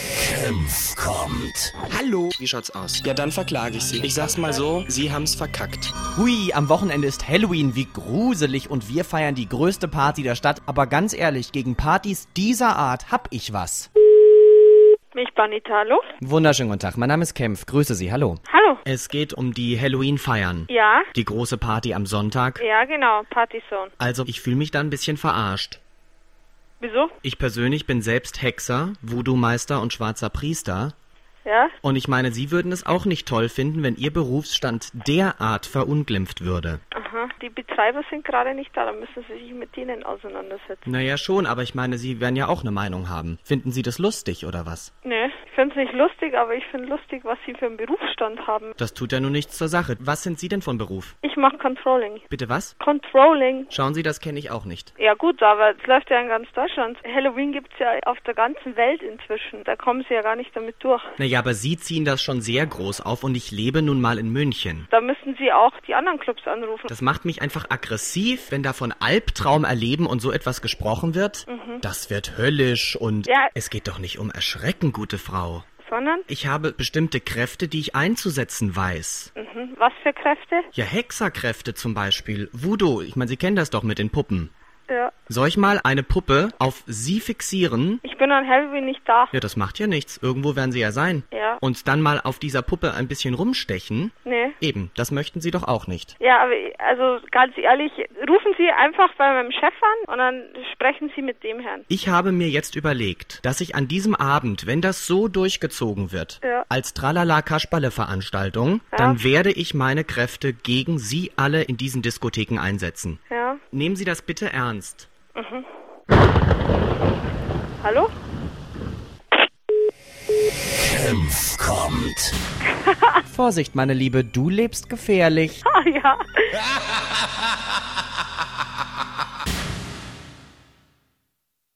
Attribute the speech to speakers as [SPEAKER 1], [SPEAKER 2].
[SPEAKER 1] Senf kommt.
[SPEAKER 2] Hallo.
[SPEAKER 3] Wie schaut's aus? Ja, dann verklage ich Sie. Ich sag's mal so, Sie haben's verkackt.
[SPEAKER 2] Hui, am Wochenende ist Halloween, wie gruselig und wir feiern die größte Party der Stadt. Aber ganz ehrlich, gegen Partys dieser Art hab ich was.
[SPEAKER 4] Mich Banita, hallo?
[SPEAKER 2] Wunderschönen guten Tag, mein Name ist Kempf, grüße Sie, hallo.
[SPEAKER 4] Hallo.
[SPEAKER 2] Es geht um die Halloween-Feiern.
[SPEAKER 4] Ja?
[SPEAKER 2] Die große Party am Sonntag.
[SPEAKER 4] Ja, genau, Partyzone.
[SPEAKER 2] Also, ich fühle mich da ein bisschen verarscht.
[SPEAKER 4] Wieso?
[SPEAKER 2] Ich persönlich bin selbst Hexer, Voodoo-Meister und schwarzer Priester.
[SPEAKER 4] Ja?
[SPEAKER 2] Und ich meine, Sie würden es auch nicht toll finden, wenn Ihr Berufsstand derart verunglimpft würde.
[SPEAKER 4] Aha. Die Betreiber sind gerade nicht da, dann müssen Sie sich mit denen auseinandersetzen.
[SPEAKER 2] Naja, schon, aber ich meine, Sie werden ja auch eine Meinung haben. Finden Sie das lustig oder was?
[SPEAKER 4] Ne, ich find's nicht lustig, aber ich find lustig, was Sie für einen Berufsstand haben.
[SPEAKER 2] Das tut ja nun nichts zur Sache. Was sind Sie denn von Beruf?
[SPEAKER 4] Ich mache Controlling.
[SPEAKER 2] Bitte was?
[SPEAKER 4] Controlling?
[SPEAKER 2] Schauen Sie, das kenne ich auch nicht.
[SPEAKER 4] Ja gut, aber es läuft ja in ganz Deutschland. Halloween gibt's ja auf der ganzen Welt inzwischen. Da kommen Sie ja gar nicht damit durch.
[SPEAKER 2] Naja, aber Sie ziehen das schon sehr groß auf und ich lebe nun mal in München.
[SPEAKER 4] Da müssen Sie auch die anderen Clubs anrufen.
[SPEAKER 2] Das macht mich einfach aggressiv, wenn da von Albtraum erleben und so etwas gesprochen wird. Das wird höllisch und
[SPEAKER 4] Ja.
[SPEAKER 2] es geht doch nicht um Erschrecken, gute Frau.
[SPEAKER 4] Sondern,
[SPEAKER 2] Ich habe bestimmte Kräfte, die ich einzusetzen weiß.
[SPEAKER 4] mhm. was für Kräfte?
[SPEAKER 2] Ja, Hexerkräfte zum Beispiel. Voodoo, ich meine, Sie kennen das doch mit den Puppen.
[SPEAKER 4] Ja.
[SPEAKER 2] Soll ich mal eine Puppe auf Sie fixieren?
[SPEAKER 4] Ich bin an Halloween nicht da.
[SPEAKER 2] Ja, das macht ja nichts. Irgendwo werden Sie ja sein.
[SPEAKER 4] Ja.
[SPEAKER 2] Und dann mal auf dieser Puppe ein bisschen rumstechen?
[SPEAKER 4] Nee.
[SPEAKER 2] Eben, das möchten Sie doch auch nicht.
[SPEAKER 4] Ja, aber ich- also ganz ehrlich, rufen Sie einfach bei meinem Chef an und dann sprechen Sie mit dem Herrn.
[SPEAKER 2] Ich habe mir jetzt überlegt, dass ich an diesem Abend, wenn das so durchgezogen wird,
[SPEAKER 4] Ja.
[SPEAKER 2] als Tralala-Kasperle-Veranstaltung, dann werde ich meine Kräfte gegen Sie alle in diesen Diskotheken einsetzen.
[SPEAKER 4] Ja.
[SPEAKER 2] Nehmen Sie das bitte ernst.
[SPEAKER 4] Hallo?
[SPEAKER 1] Senf kommt.
[SPEAKER 2] Vorsicht, meine Liebe, du lebst gefährlich.
[SPEAKER 4] Ah ja.